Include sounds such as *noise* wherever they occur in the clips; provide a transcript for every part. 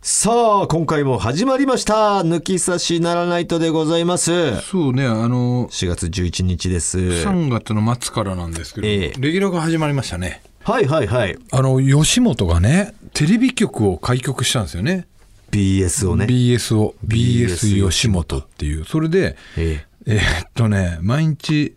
さあ、今回も始まりました。抜き差しならないとでございます。4そうね、あの、月11日です。 3月の末からなんですけど、ええレギュラーが始まりましたね。はいはいはい。あの、吉本がね、テレビ局を開局したんですよね。 BS をね。 BS を。 BS BS 吉本っていう。それで、ええーっとね、毎日、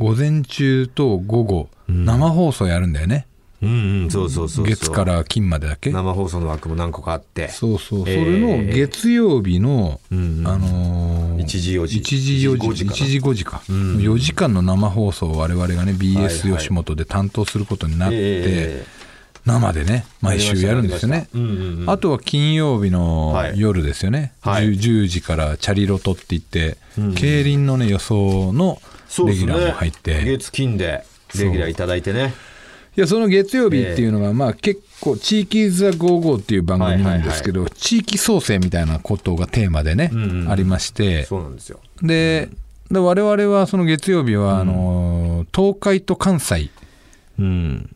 午前中と午後、生放送やるんだよね。えうんうん、そうそうそうそう。月から金までだっけ生放送の枠も何個かあって。そうそう、ええそれの月曜日の、んあのー、 1時4時1時4時1時5時かな1時5時か、4時間の生放送を我々がねはいは BS い吉本で担当することになって、ええ生でね毎週やるんですよやりましたやねりましたうんうんうんあとは金曜日のはい夜ですよね、はい 10, 10時からチャリロトって言って、競輪のね予想のそうでレすギュね。ラーも入って、月金で、レギュラーいただいてね。いやその月曜日っていうのが、まあ、結構「地域ザ55」っていう番組なんですけど、地域創生みたいなことがテーマでね、んうんありましてそうなんですよ。で,、で我々はその月曜日は、あの東海と関西うん。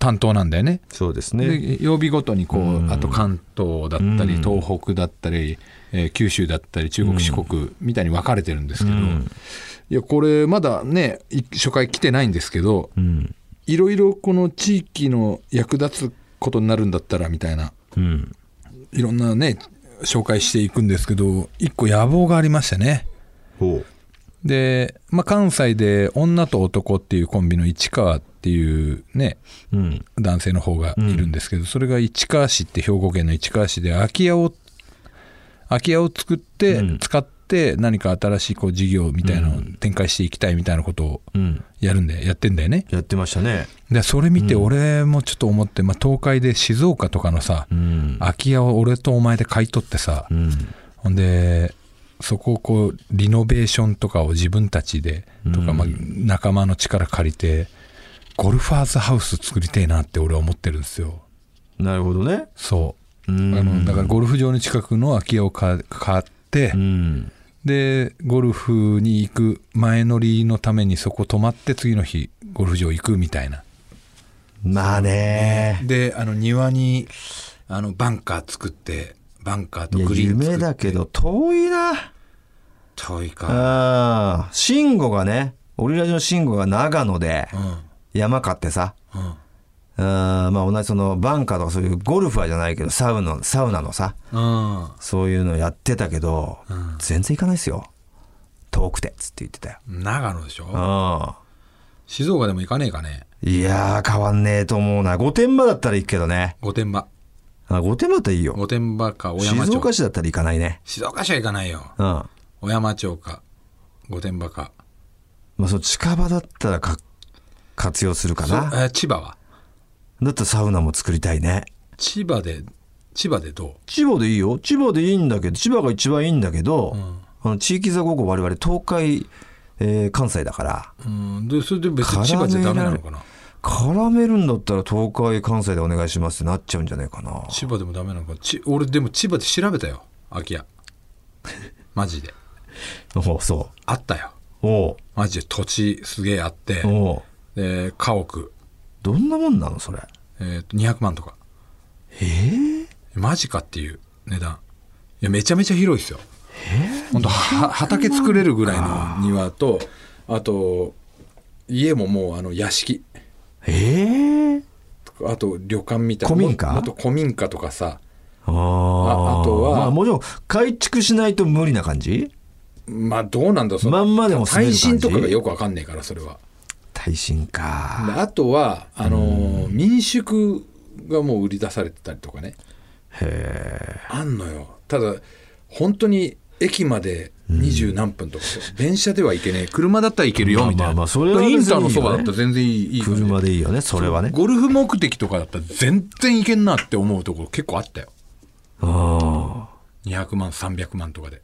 担当なんだよね。そうですね。で曜日ごとにこう、うんあと関東だったり、うん東北だったり、えー九州だったり中国四国みたいに分かれてるんですけど、うんいやこれまだねい初回来てないんですけど、うん。いろいろこの地域の役立つことになるんだったらみたいなうん。いろんなね紹介していくんですけど一個野望がありましたねほう。で、まあ、関西で女と男っていうコンビの市川っていうねうん。男性の方がいるんですけど、それが市川市って兵庫県の市川市で空き家を空き家を作ってうん使って何か新しいこう事業みたいなのを展開していきたいみたいなことをうん。やるんでやってんだよねやってましたね。でそれ見て俺もちょっと思って、まあ、東海で静岡とかのさ、うん。空き家を俺とお前で買い取ってさ、うん。ほんでそこをこうリノベーションとかを自分たちでとか、まあ、仲間の力借りてゴルファーズハウス作りてえなって俺は思ってるんですよなるほどね。そう、うんあのだからゴルフ場の近くの空き家をか買って、うん。でゴルフに行く前乗りのためにそこ泊まって次の日ゴルフ場行くみたいなまあね。であの庭にあのバンカー作ってバンカーといやグリーン作って夢だけど遠いな。遠いかああ、慎吾がね、俺らの慎吾が長野でうん山買ってさ、うんあーまあ同じそのバンカーとかそういうゴルファーじゃないけどサウナ、サウナのさ、うんそういうのやってたけど、ん全然行かないっすよ。遠くてっつって言ってたよ。長野でしょう静岡でも行かねえかねん。いやー変わんねえと思うな。御殿場だったら行くけどね。御殿場あ御殿場だったらいいよ。御殿場か小山町静岡市だったら行かないね。静岡市は行かないようん。ま小山町か御殿場かあその近場だったらか活用するかそな。えー千葉はだったらサウナも作りたいね。千葉で千葉でど千葉でいいよ千葉でいいんだけど千葉が一番いいんだけど、んあの地域座午後我々東海、えー関西だからううんでそれで別に千葉じゃダメなのかな絡めるんだったら東海関西でお願いしますってなっちゃうんじゃないかな千葉でもダメなのかち俺でも千葉で調べたよ空き家マジで *laughs* おうそあったようおうマジで土地すげえあっておうで家屋、どんなもんなのそれえーと200万とかえー、マジかっていう値段いやめちゃめちゃ広いですよ本当は畑作れるぐらいの庭とあと家ももうあの屋敷えー、あと旅館みたいな古民家もっと古民家とかさああああとはまあ、もちろん改築しないと無理な感じまあどうなんだそまのんまでも住める感耐じ震とかがよくわかんねえからそれは耐震でかあとはあのー民宿がもう売り出されてたりとかねへあんのよただ本当に駅まで二十何分とか、電車では行けねえ車だったら行けるよみたいな、まあまあそれは別にいいよイねンターのそばだったら全然いいいいえ感じ車でいいよねそれはねゴルフ目的とかだったら全然行けんなって思うところ結構あったよああ200万300万とかで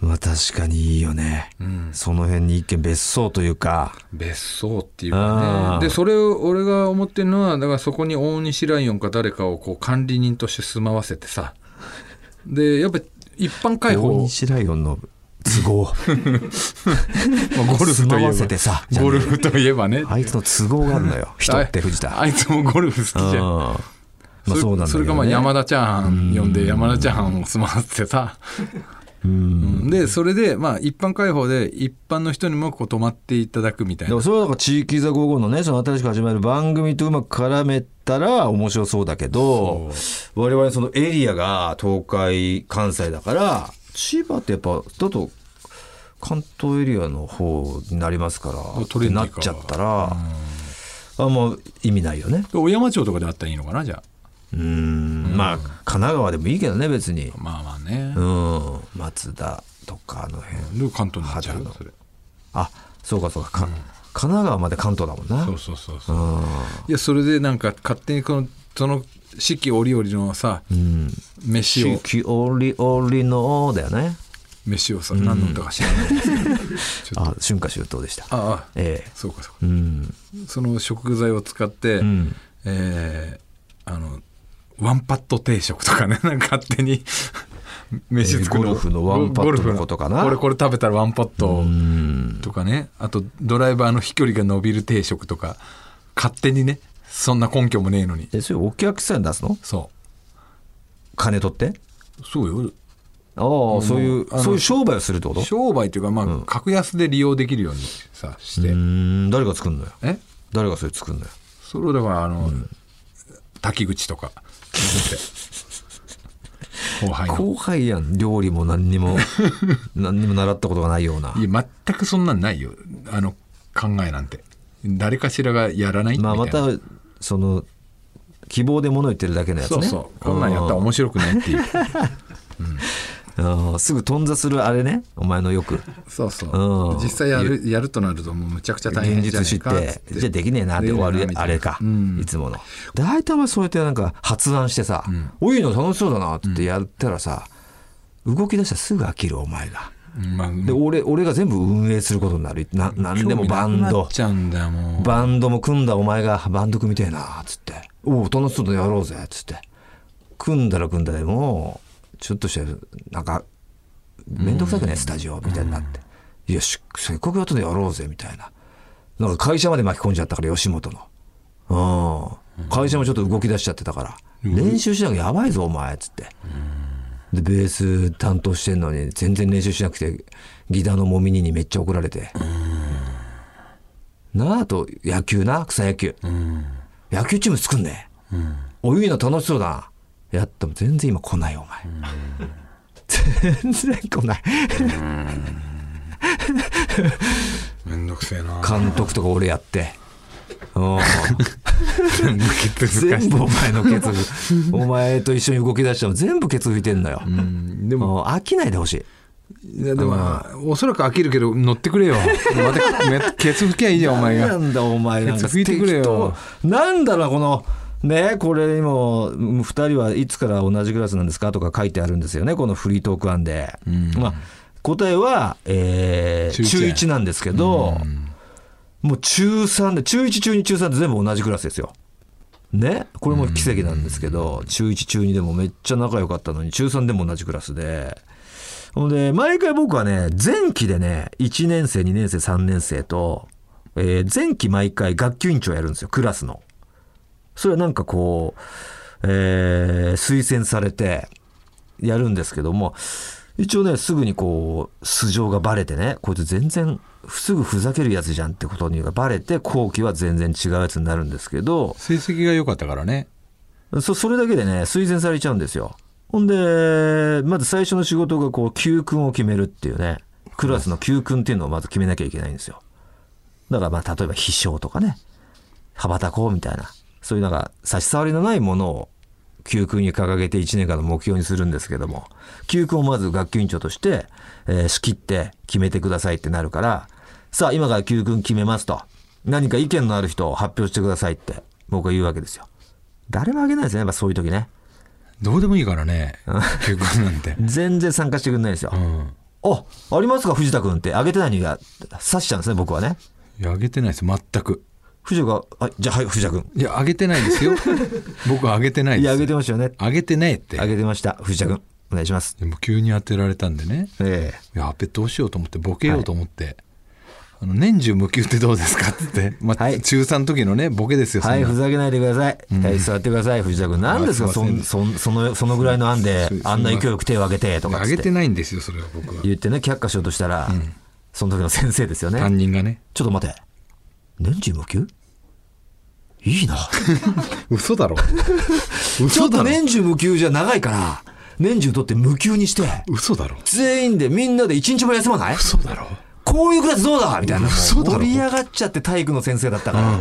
まあ確かにいいよね、うんその辺に一軒別荘というか別荘っていうあかーねでそれを俺が思ってるのはだからそこに大西ライオンか誰かをこう管理人として住まわせてさでやっぱ一般開大放西ライオンの都 *laughs* 合まあゴルフとい住まえわせてばさじゃねえゴルフといえばね *laughs* あいつの都合があるのよ人って藤田あいつもゴルフ好きじゃんうんまあそうなんだけどねそれかまあ山田チャーハン呼んで山田チャーハンを済ませてさ、うんでそれでまあ一般開放で一般の人にもこう泊まっていただくみたいでなもそれはだから地域座午後のねその新しく始まる番組とうまく絡めたら面白そうだけど我々そのエリアが東海関西だから千葉ってやっぱだと関東エリアの方になりますからトレンディなーっかちゃったら、あんま意味ないよね小山町とかであったらいいのかなじゃあうんまあ神奈川でもいいけどね別にまあまあねう、ん松田とかあの辺で関東になっちゃう肌のそれあそうかそうかか神奈川まで関東だもんなそうそうそうそううんいやそれでなんか勝手にこのその四季折々のさ、うん飯を四季折々のだよね。飯をさ何の歌か知らないあ、春夏秋冬でした。ああええそうかそうかうん。その食材を使って、うん。えーあのワンパット定食とかね *laughs* なんか勝手に飯作えーるゴルフのワンパットのことかなゴルフのこれこれ食べたらワンパットうん。とかねあとドライバーの飛距離が伸びる定食とか勝手にねそんな根拠もねえのにえ、それお客さんに出すのそ金取ってうそうよああ、そういう、あのそういう商売をするってこと商売というかまあ、格安で利用できるようにさして、うん。誰が作るのよ。え誰がそれ作るのよ。それをだからあの、滝口とか *laughs* 後輩の後輩やん。料理も何に *laughs* も、何にも習ったことがないような。いや全くそんなんないよあの考えなんて誰かしらがやらないみたまいあ、なまた、その、希望で物言ってるだけのやつそうね。そうこんなんやったら面白くないっていううんすぐ頓挫するあれね。お前のよく。そうそううん実際やるやるとなるともうむちゃくちゃ大変現じ実ゃな知いっかっててじゃあできねえなってでき終ねえなわるみたいなあれか、うんいつもの大体お前そうやってなんか発案してさ、おいいの楽しそうだなってやったらさ、動き出したらすぐ飽きるお前がうんまあで俺俺が全部運営することになるな何でもバン興味なくなドっちゃうんだよもうバンドも組んだお前がバンド組みてえなっつっておお楽しそうだやろうぜっつって組んだら組んだでもうちょっとしたなんか面倒くさくないスタジオみたいになって、いやしせっかく後でやろうぜみたいななんか会社まで巻き込んじゃったから吉本のうん会社もちょっと動き出しちゃってたから、練習しなきゃやばいぞお前っつって、でベース担当してんのに全然練習しなくてギターのもみににめっちゃ怒られて、なああと野球な草野球、野球チーム作んね、おいいの楽しそうだなやっても全然今来ないよお前、全然来ないめんどくせえな監督とか俺やってうん全部決裂化全して部お前のケツ拭いお前と一緒に動き出しても全部ケツ拭いてんのよ、うんでももう飽きないでほしいいやでもおそらく飽きるけど乗ってくれよまためケツ吹きゃいいじゃんお前ながんだお前なんかケツ拭いてくれよ適当なんだろうこのねこれにも2人はいつから同じクラスなんですかとか書いてあるんですよねこのフリートーク案で、まあ答えは、えー中一中1なんですけど、もう中3で中1中2中3で全部同じクラスですよねこれも奇跡なんですけど、中1中2でもめっちゃ仲良かったのに中3でも同じクラスでほんで、毎回僕はね、前期でね、1年生、2年生、3年生と、えー前期毎回学級委員長やるんですよ、クラスの。それはなんかこう、えー推薦されてやるんですけども、一応ね、すぐにこう、素性がバレてね、こいつ全然、すぐふざけるやつじゃんってことにバレて、後期は全然違うやつになるんですけど、成績が良かったからねそそれだけでね推薦されちゃうんですよほんでまず最初の仕事がこう給訓を決めるっていうねクラスの給訓っていうのをまず決めなきゃいけないんですよだからまあ例えば飛翔とかね羽ばたこうみたいなそういうなんか差し障りのないものを給訓に掲げて1年間の目標にするんですけども給訓をまず学級委員長として、えー仕切って決めてくださいってなるからさあ今から給訓決めますと何か意見のある人を発表してくださいって僕は言うわけですよ誰もあげないですねやっぱそういう時ねどうでもいいからね休暇なんて全然参加してくれないんですよ、うんあありますか藤田君ってあげてないのが刺しちゃうんですね僕はねいやあげてないです全く藤田があじゃあはい藤田君いやあげてな *laughs* いですよ僕はあげてないいでやあすげてましたよねあげてないってあげてました藤田君お願いしますでも急に当てられたんでねええやべどうしようと思ってボケようと思って、あの年中無休ってどうですかって、まあはい中3の時のねボケですよそんは、ないふざけないでください。はい、座ってください、藤田君。何ですか、あすいそませんんそんその、そのぐらいの案ですいま、せんあんな勢いよく手を挙げて、とかっつ上っげててないんですよそれは僕は言ってね、却下しようとしたら、その時の先生ですよね。担任がねちょっと待て。年中無休い *laughs* いな。嘘だろちょ *laughs* 嘘っとだろ年中無休じゃ長いから、年中取って無休にして、嘘だろ全員でみんなで一日も休まない嘘だろこういうクラスどうだみたいな。嘘だろ盛り上がっちゃって体育の先生だったから、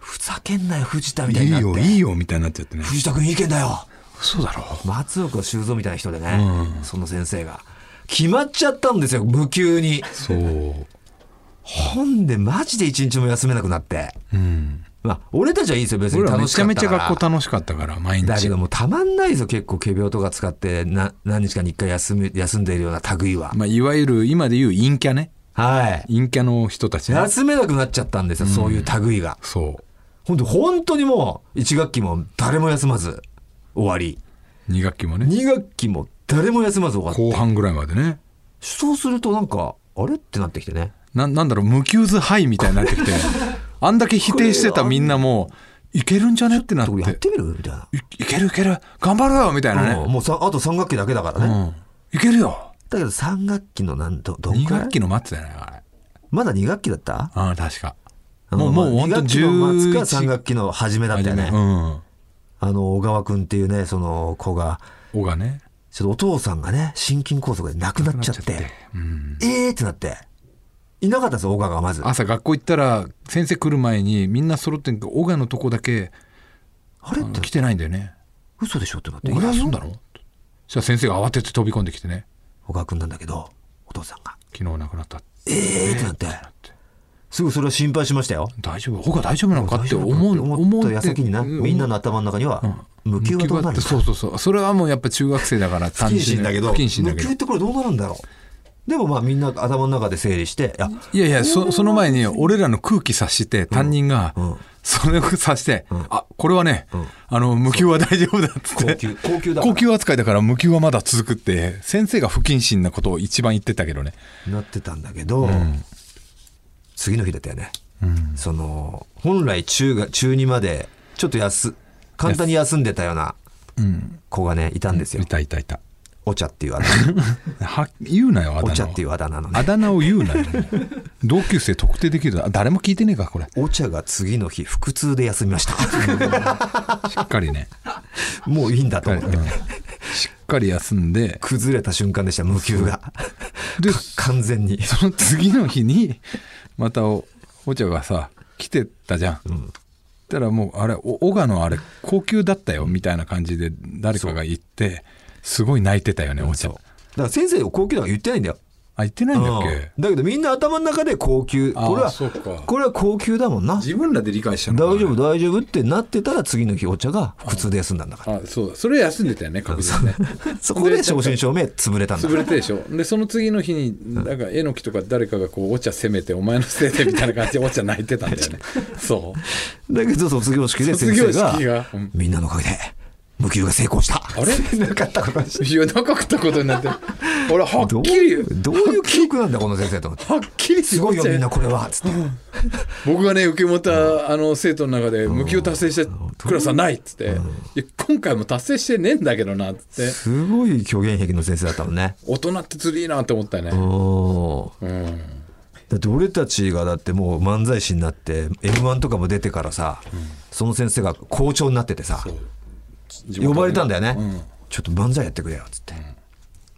ふざけんなよ、藤田みたいいにいなって。よいいよみたいになっちゃってね藤田君いい意見だよ。嘘だろ松岡修造みたいな人でね、その先生が。決まっちゃったんですよ、無給に。そうほんで、マジで一日も休めなくなって。うんまあ、俺たちはいいですよ、別に俺ら楽めしちかゃったから。めちゃ学校楽しかったから毎だけ日どもうたまんないですよ、結構、仮病とか使って、な何日かに一回休み休んでいるような類は。まあいわゆる今で言う陰キャねはい。陰キャの人たちね休めなくなっちゃったんですよ、そういう類が。そうほんと、本当にもう、1学期も誰も休まず終わり。 2学期もね2学期も誰も休まず終わった。後半ぐらいまでねそうするとなんか、あれってなってきてね。ななんだろう無給図ハイみたいに *laughs* なってきてあんだけ否定してたみんなもいけるんじゃねってなっこれやっててみるみたいな。いいけるいける頑張ろうよみたいなうねんもうさあと3学期だけだからうね。んいけるよだけど3学期のなんど、どん2くらい学期の末だよねあれまだ2学期だったああ確かもうもうまあほんと二学期の末か11 3学期の初めだったよね。うんあの、小川くんっていうね、その子が、尾がねちょっとお父さんがね、心筋梗塞で亡くなっちゃって、うんえーってなって、いなかったんですよ、小川がまず。朝学校行ったら先生来る前にみんな揃ってんけど尾がのとこだけあれって、来てないんだよね嘘でしょってなって、尾が休んだのそしたら先生が慌てて飛び込んできてね小川くんなんだけど、お父さんが、昨日亡くなったってえーってなって、なってすぐそれは心配しましたよ。大丈夫尾が大丈夫なのかって思う思った矢って先にな、うんみんなの頭の中には、無給はどうなるんだそうそうそうそれはもうやっぱ中学生だか *laughs* ら不謹慎だけど、単純に不謹慎だ無け給っどてこれどうなるんだろう。でもまあみんな頭の中で整理して、いや、いやいやそその前に俺らの空気察して担任がうんそれを察して、あこれはね、んあの無給は大丈夫だっつって高級、高級だか高ら級扱いだから無給はまだ続くって先生が不謹慎なことを一番言ってたけどねなってたんだけど、ん次の日だったよね。うんその、本来中が、中2まで、ちょっと安、簡単に休んでたようなうん子がね、いたんですよい。たいた *laughs* いたお茶っていうあ *laughs* だ名。は言うなよあおだ茶名っていうあだ名のあね。だ名を言うなよ同級生特定できるあ誰も聞いてねえかこれお茶が次の日、腹痛で休みました。 *laughs* しっかりねもういいんだと思っうてん。しっかり休んで崩れた瞬間でした、無給が。かで完全に。その次の日にまたおお茶がさ来てたじゃん、たらもうあれお小賀のあれ高級だったよみたいな感じで誰かが言ってすごい泣いてたよねお茶そう。だから先生を高級だから言ってないんだよ。あ言ってないんだっけ、うんだけどみんな頭の中で高級。あーこれはそうか、これは高級だもんな。自分らで理解したのかな大丈夫、大丈夫ってなってたら次の日お茶が腹痛で休んだんだから。あそうだそれ休んでたよね確実にねそこで正真正銘潰れたんだ潰。れてでしょでその次の日になんかえのきとか誰かがこうお茶責めてお前のせいでみたいな感 *laughs* じでお茶泣いてたんだよねそうだけど卒業式で先生卒業が式がうん、みんなのおかげで、無給が成功した。あれなかったこといやなかったことになって俺は *laughs* っどうきりいう、どういう記憶なんだ、この先生と思って。はっきりすごいよ、お茶みんなこれは。つって。僕がね受け持ったあの生徒の中で無給達成したクラスはないっつって、いや今回も達成してねえんだけどなっつってすごい虚言癖の先生だったもんね。大人ってずりいなって思ったよね、おーうん、だって俺たちがだってもう漫才師になって m 1とかも出てからさ、その先生が校長になっててさ呼ばれたんだよね、ちょっと漫才やってくれよっつって、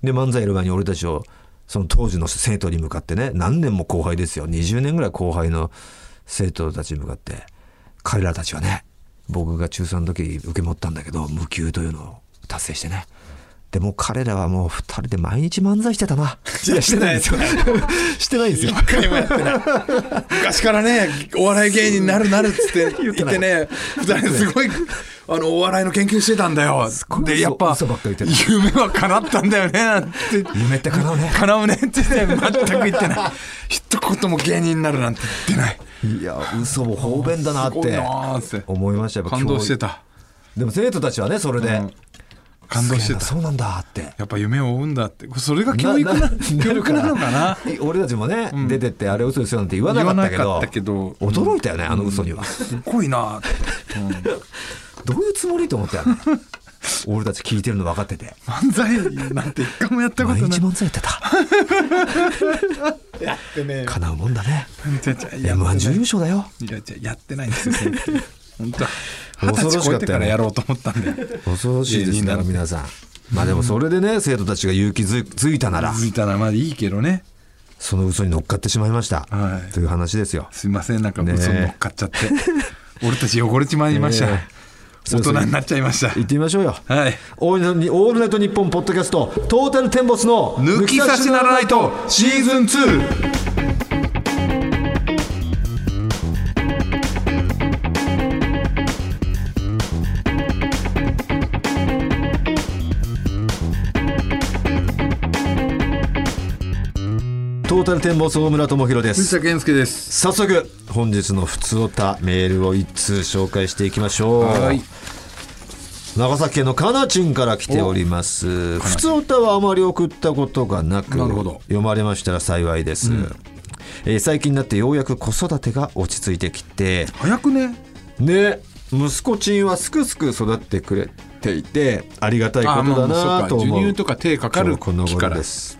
で漫才やる前に俺たちをその当時の生徒に向かってね何年も後輩ですよ20年ぐらい後輩の生徒たちに向かって彼らたちはね僕が中3の時受け持ったんだけど無給というのを達成してねでも彼らはもう2人で毎日漫才してたないや *laughs* してないですよしてないですよ一回もやっ *laughs* てない昔からねお笑い芸人になるなるっつって *laughs* 言ってっないてね二人すごいあのお笑いの研究してたんだよごいでやっ嘘ぱ嘘ばっかり言っ夢は叶ったんだよねなんて夢って叶うね叶うねってね全く言ってない一言も芸人になるなんて言ってないいや嘘も方便だなっすごいてなーって思いましたやっぱ感動して教た育でも生徒たちはねそれで、感動してすげえなたそうなんだってやっぱ夢を追うんだってそれが教育な教育なのかなるら俺たちもね、ん出てってあれ嘘ですよなんて言わなかったけ言わどなかったけど驚いたよねあの嘘には、すごいなって、うんどういうつもりと思ったよ *laughs* ね俺たち聞いてるの分かってて漫才なんて一回もやったこと毎ない日漫才やってたやってねえ叶うもんだねちゃちゃやって m な1い準優勝だよいやじゃやってないんですよ最近本当は二恐十ろしかったよね歳超えてからやろうと思ったんで恐ろしいですね芸人なのに皆さんまあでもそれでね生徒たちが勇気づづいたならみたいなまあいいけどねその嘘に乗っかってしまいました、はいという話ですよすいませんなんかねえ嘘に乗っかっちゃって俺たち汚れちまいましたねえ大人になっちゃいました行ってみましょうよはいオールナイトニオールナイトニッポンポッドキャストトータルテンボスの抜き差しならないとシーズン2トータルテンボス大村智広です藤田健介です早速本日のふつおたメールを一通紹介していきましょうはい長崎県のかなちんから来ておりますふつおたはあまり送ったことがなくなるほど読まれましたら幸いです、えー最近になってようやく子育てが落ち着いてきて早くねね息子ちんはすくすく育ってくれていてありがたいこあまとだあそうなかと思う授乳とか手かか今る日この期か頃らです、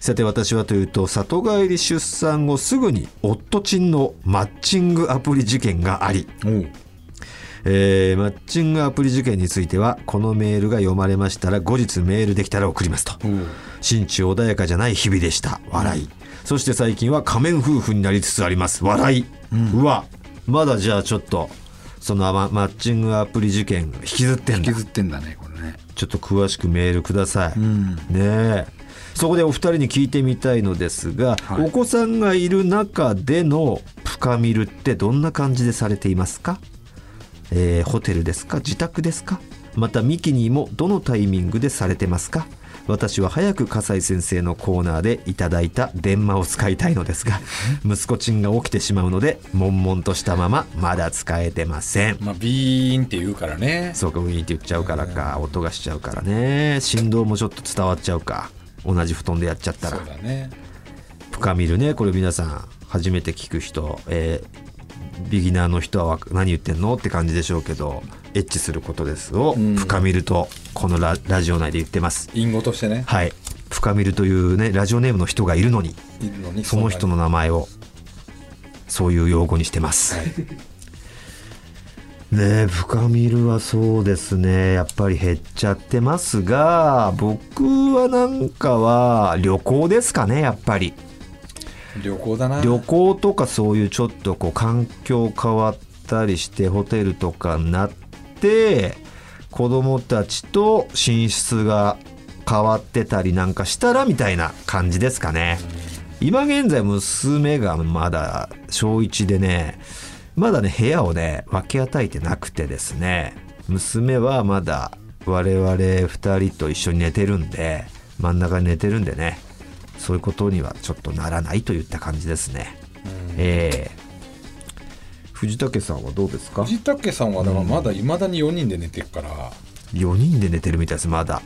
さて私はというと里帰り出産後すぐに夫ちんのマッチングアプリ事件があり、おうえーマッチングアプリ事件についてはこのメールが読まれましたら後日メールできたら送りますとおう心中穏やかじゃない日々でした笑いそして最近は仮面夫婦になりつつあります笑い、うわまだじゃあちょっとそのママッチングアプリ事件引きずってんだ引きずってんだねこれねちょっと詳しくメールください、んねえそこでお二人に聞いてみたいのですが、はいお子さんがいる中での深みるってどんな感じでされていますか、えーホテルですか自宅ですかまたミキニーもどのタイミングでされてますか私は早く笠井先生のコーナーでいただいた電話を使いたいのですが息子ちんが起きてしまうので悶々としたまままだ使えてませんまあビーンって言うからねそうかウィーンって言っちゃうからか音がしちゃうからね振動もちょっと伝わっちゃうか同じ布団でやっちゃったらそうだね深みるねこれ皆さん初めて聞く人、えービギナーの人はわ何言ってんのって感じでしょうけどエッチすることですをん深みるとこのララジオ内で言ってます隠語としてねはい深みるというねラジオネームの人がいるのにいるのにその人の名前をそういう用語にしてます。ねえ深みるはそうですねやっぱり減っちゃってますが僕はなんかは旅行ですかねやっぱり旅行だな旅行とかそういうちょっとこう環境変わったりしてホテルとかになって子供たちと寝室が変わってたりなんかしたらみたいな感じですかね今現在娘がまだ小1でねまだね部屋をね分け与えてなくてですね娘はまだ我々2人と一緒に寝てるんで真ん中に寝てるんでねそういうことにはちょっとならないといった感じですね。ええ藤竹さんはどうですか藤竹さんはだからまだいまだに4人で寝てるから、 ?4 人で寝てるみたいです、まだ。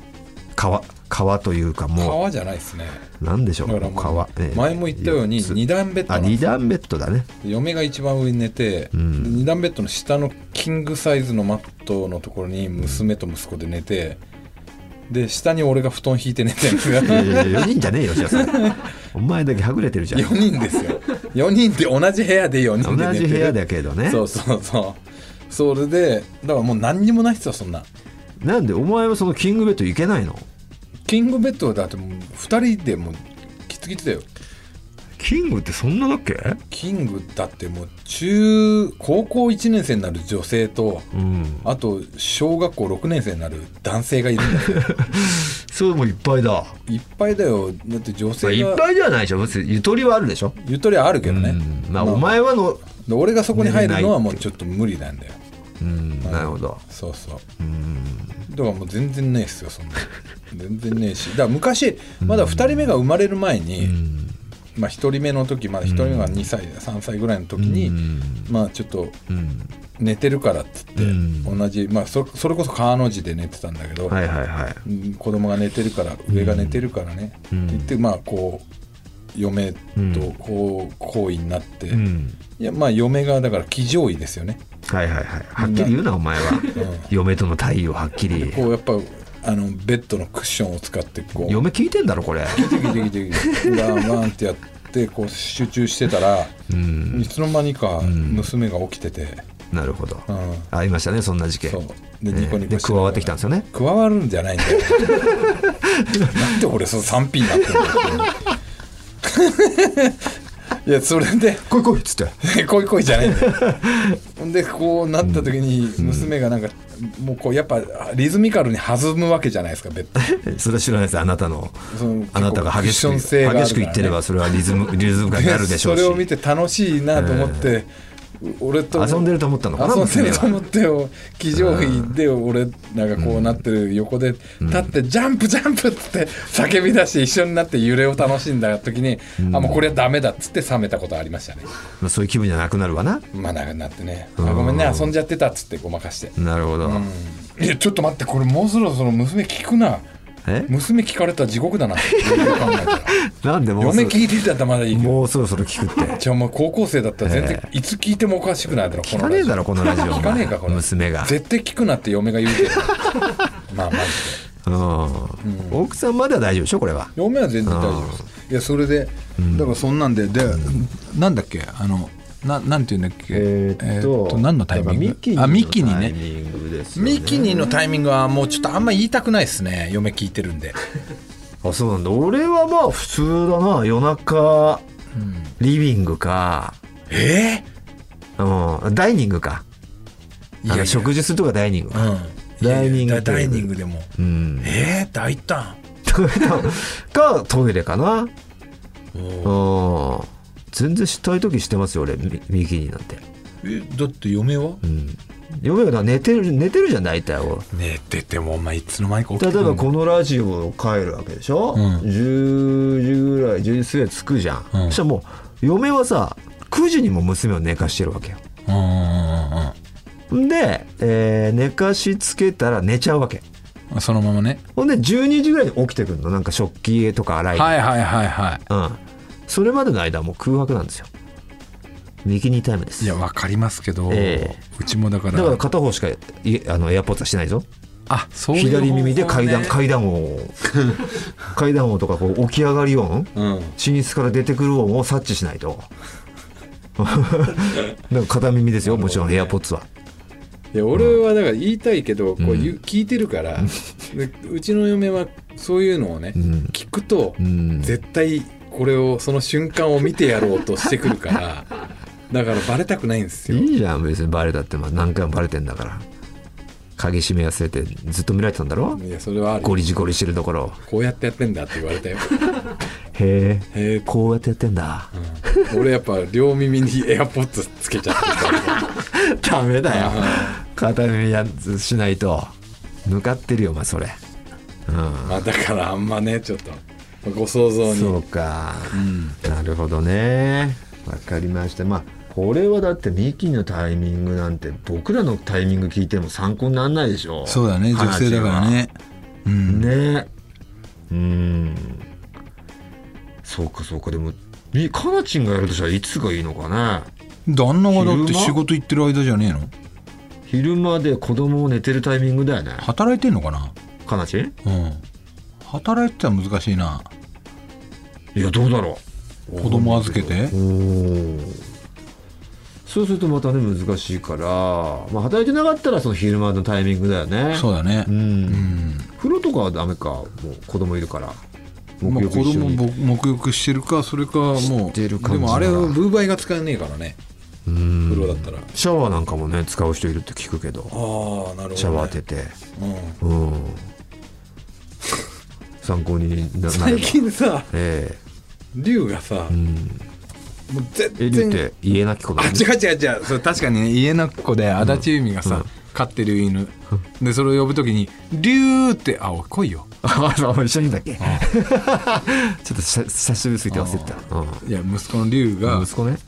川、川というかも川じゃないですねう、なんでしょだう、からもう川も。う前も言ったように四つ2段ベッドあ、なんで2す段ベッドだね。嫁が一番上に寝て、ん2段ベッドの下のキングサイズのマットのところに娘と息子で寝てで下に俺が布団引いて寝てる *laughs* 4人じゃねえよ、じゃあそれ。 *laughs* お前だけはぐれてるじゃん。 4人ですよ4人で同じ部屋で4人で同寝てじ部る屋だけどね。そうそうそうそれでだからもう何にもないっすよそんななんで、お前はそのキングベッド行けないのキングベッドだってもう2人でもうキツキツだよキングってそんなだっけキングだってもう中高校1年生になる女性とうん。あと小学校6年生になる男性がいるんだ *laughs* よそうもういっぱいだ。いっぱいだよだって女まあ性いっがぱいではないでしょ、別にゆとりはあるでしょ。ゆとりはあるけどね、うんまあ、お前はの、で俺がそこに入るのはもうちょっと無理なんだようん、なるほど。そうそううん、だからもう全然ねえっ *laughs* すよそんな全然ねえしだから昔まだ2人目が生まれる前に、まあ、1人目の時まだ1人目が2歳、3歳ぐらいの時に、うんまあちょっとうん寝てるからっつって、うん同じ、まあ、そそれこそ川の字で寝てたんだけど、はいはいはいうん子供が寝てるから上が寝てるからね、うんって言ってまあこう嫁とうんこう行為になって、うんいやまあ嫁がだから騎乗位ですよね、はいはいはいはっきり言うなお前はうん嫁との対応はっきりこうやっぱあのベッドのクッションを使ってこう嫁聞いてんだろこ *laughs* れテキテキテキガンガンってやってこう集中してたらうんいつの間にかん娘が起きてて、なるほどうんありましたねそんな事件そうえでーニコニコして、で加わってきたんですよね加わるんじゃないんだ *laughs* よなんで俺その 3P になってんだよ急に *laughs* いやそれで来い来いっつ *laughs* って「恋恋」じゃないんだよほんでこうなった時に娘がなんか、もうこうやっぱリズミカルに弾むわけじゃないですかベッドそれは知らないですあなたのそのあなたが激しクッショくン性があるからね激しく言ってればそれはリズ *laughs* ムリズム感になるでしょうしそれを見て楽しいなと思って、俺と遊んでると思ったのかな遊んでると娘は思ってよ *laughs* 騎乗位で俺なんかこうなってる横で立って「ジャンプジャンプ!」っつって叫び出して一緒になって揺れを楽しんだ時に、あもうこれはダメだっつって冷めたことありましたねまあそういう気分じゃなくなるわなまあなんかなってね、うんあごめんね遊んじゃってたっつってごまかして、なるほどうんいやちょっと待ってこれもうそろそろ娘聞くなえ娘聞かれたら地獄だなって考え *laughs* たらなんでもうそ嫁聞いてたらまだいいけどもうそろそろ聞くってじゃあお前高校生だったら全然えいつ聞いてもおかしくないだろ聞かねえだろこのラジオ聞かねえかこれ娘が絶対聞くなって嫁が言 *laughs* うけどまあマジでうん奥さんまでは大丈夫でしょこれは嫁は全然大丈夫ですいやそれでだからそんなんででなんだっけあのななんて言うんだっけ何のタイミングあミキにねミキニのタイミングはもうちょっとあんま言いたくないですね嫁聞いてるんであそうなんだ俺はまあ普通だな夜中リビングか、えうん、ダイニングかいやいやあ食事するとかダイニングえか、うんダイニングいやダイニングでもうん、 *laughs* ええ大胆かトイレかなおーうん全然したい時してますよ俺ミミキニなんて、えだって嫁はうん、嫁がだから寝てる寝てるじゃん大体俺寝ててもお前いつの間にか起き例てえくばるこのラジオを帰るわけでしょ、うん10時ぐらい10時過ぎ着くじゃん、うんそしたらもう嫁はさ9時にも娘を寝かしてるわけようんうんうんうんで、えー寝かしつけたら寝ちゃうわけうんそのままねほんで12時ぐらいに起きてくるのなんか食器とか洗いに、はいはいはいはうん、それまでの間はもう空白なんですよビキニタイムでいすいやわかりますけど、ええうちもだからだから片方しかいあのエアポッツはしてないぞあそういう方法ね左耳で階段階段 *laughs* 音を階段音とかこう起き上がり音うん寝室から出てくる音を察知しない *laughs* とだから片耳ですよもちろんエアポッツはいや俺はだから言いたいけど、こう言う聞いてるから、でうちの嫁はそういうのをね、ん聞くと、ん絶対これをその瞬間を見てやろうとしてくるから *laughs* だからバレたくないんですよいいじゃん別にバレたってまあ何回もバレてんだから鍵閉め忘れてずっと見られてたんだろいやそれはあるゴリジゴリしてるところこうやってやってんだって言わ *laughs* れたよへえへえこうやってやってんだ、俺やっぱ両耳にエアポッツつけちゃってるから *laughs* *laughs* ダメだよ片耳やつしないと向かってるよお前それうんまあだからあんまねちょっとご想像にそうか、なるほどねわかりましたまあこれはだってミキのタイミングなんて僕らのタイミング聞いても参考にならないでしょそうだね女性だからねうんねうんそうかそうかでもみかなちんがやるとしたらいつがいいのかね旦那がだって昼間仕事行ってる間じゃねえの昼間で子供を寝てるタイミングだよね働いてんのかなかなちんうん働いてたら難しいないやどうだろ子供預けてうおそうするとまたね難しいから、まあ、働いてなかったらその昼間のタイミングだよねそうだねううんん風呂とかはダメかもう子供いるからまあ子沐浴一緒供にも沐浴してるかそれかもうてる感でじならもあれはブーバイが使えねえからねうん風呂だったらあシャワーなんかもね使う人いるって聞くけどあなるほど、ね、シャワー当ててうんうん参考にななれ最ば近さえ龍がさ、えうもんうえリ全ュウっ然て家なき子だあね違う違う違うそれ確かにね家の子で足立由美がさ、飼ってる犬でそれを呼ぶ時に「龍」ってあおい来いよあそう一緒にいんだっけちょっとし久しぶりすぎて忘れてた、うんいや息子の龍が息子ね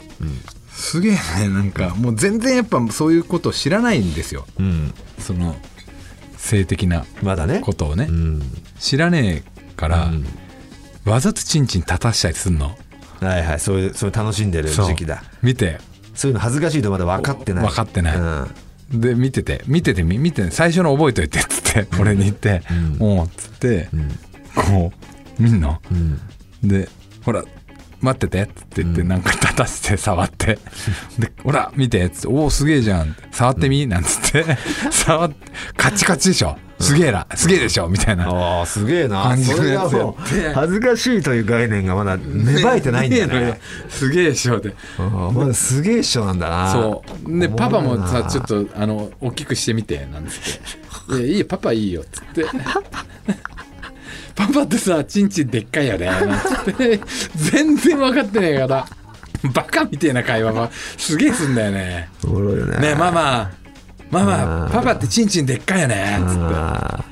すげえねなんかもう全然やっぱそういうことを知らないんですようんその性的なまだねことをねうん知らねえから、わざとチンチン立たしたりすんのはいはいそういうそういう楽しんでるそう時期だ見てそういうの恥ずかしいとまだ分かってない分かってないうんで見てて見ててみ見てて最初の覚えといてっつって俺に言って「もう」っつってこう見んのうんで「ほら待ってて」っつって言ってなんか立たせて触って「でほら見て」っつって「おおすげえじゃん」触ってみなんつって *laughs* 触ってカチカチでしょすげえなすげえでしょみたいなああすげえな感じそのれやがつやもっうて恥ずかしいという概念がまだ芽生えてないんだねえのよねすげえでしょでうんまだすげえ人なんだなそうおもろいなでパパもさちょっとあの大きくしてみてなんつ *laughs* って「いやいいよパパいいよ」っつって「パパってさチンチンでっかいよね」なんつって全然分かってねえからバカみてえな会話はすげえすんだよねおもろいよ「ねえねママママうんパパってチンチンでっかいよね」つって。あ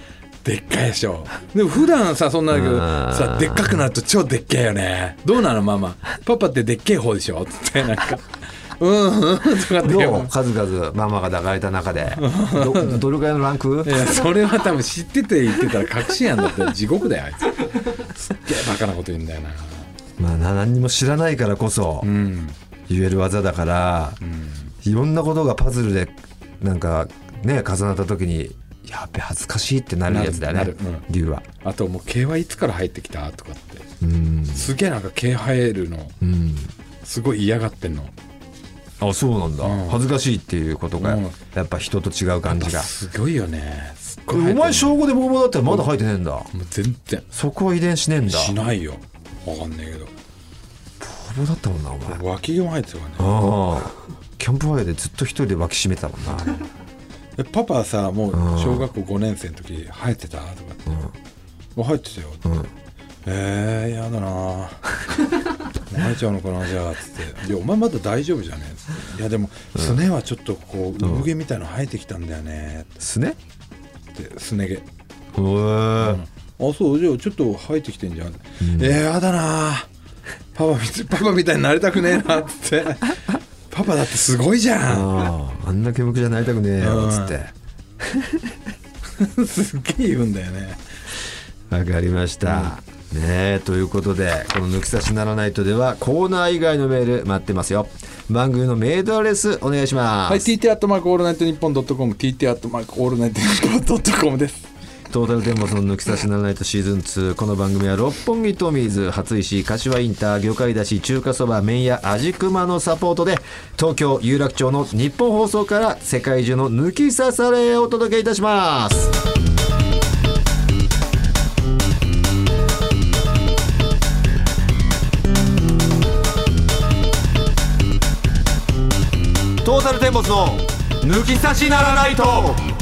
でっかいでしょでも普段さそんなんだけどさでっかくなると超でっけえよねどうなのママパパってでっけえ方でしょつってなんか「うんうん」とかってー言うどもうん数々ママが抱かれた中でどどれくらいのランク *laughs* いやそれは多分知ってて言ってたら確信犯だって *laughs* 地獄だよあいつすっげえバカなこと言うんだよなまあな何にも知らないからこそうん言える技だからいろんなことがパズルでなんかね重なった時にやべ恥ずかしいってなるやつだよなねるなる龍はあともう毛はいつから生えてきたとかってうんすげえなんか毛生えるのうんすごい嫌がってんのあそうなんだ、うん恥ずかしいっていうことが、うんやっぱ人と違う感じがすごいよねすっおごい生えてんの前小5でボーボーだったらまだ生えてねえんだ、もう全然そこは遺伝しねえんだしないよわかんないけボどーボーだったもんなお前脇毛も生えてたからねああキャンプファイヤーでずっと一人で脇締めてたもんなえパパはさもううん小学校5年生の時生えてたとかって、もう生えてたよって、んえー、やだな *laughs* もう生えちゃうのかなじゃあつって「いやお前まだ大丈夫じゃねえ」つって「いやでもすねはちょっとこう産毛みたいの生えてきたんだよね」すねってすね毛へえ、あそうじゃあちょっと生えてきてんじゃん、えー、やだなパパみパパみたいになりたくねえなっつって *laughs* パパだってすごいじゃんあああんな煙くじゃなりたくねえよつって *laughs* すっげえ言うんだよねわかりました、ねえということでこの「抜き差しならないと」ではコーナー以外のメール待ってますよ番組のメールアドレスお願いします、はい、TT アットマークオールナイトニッポンドットコム、TT アットマークオールナイトニッポンドットコムです。トータルテンボスの抜き差しならないとシーズン2この番組は六本木トミーズ初石柏インター魚介だし中華そば麺屋味熊のサポートで東京有楽町の日本放送から世界中の抜き差されをお届けいたしますトータルテンボスの抜き差しならないと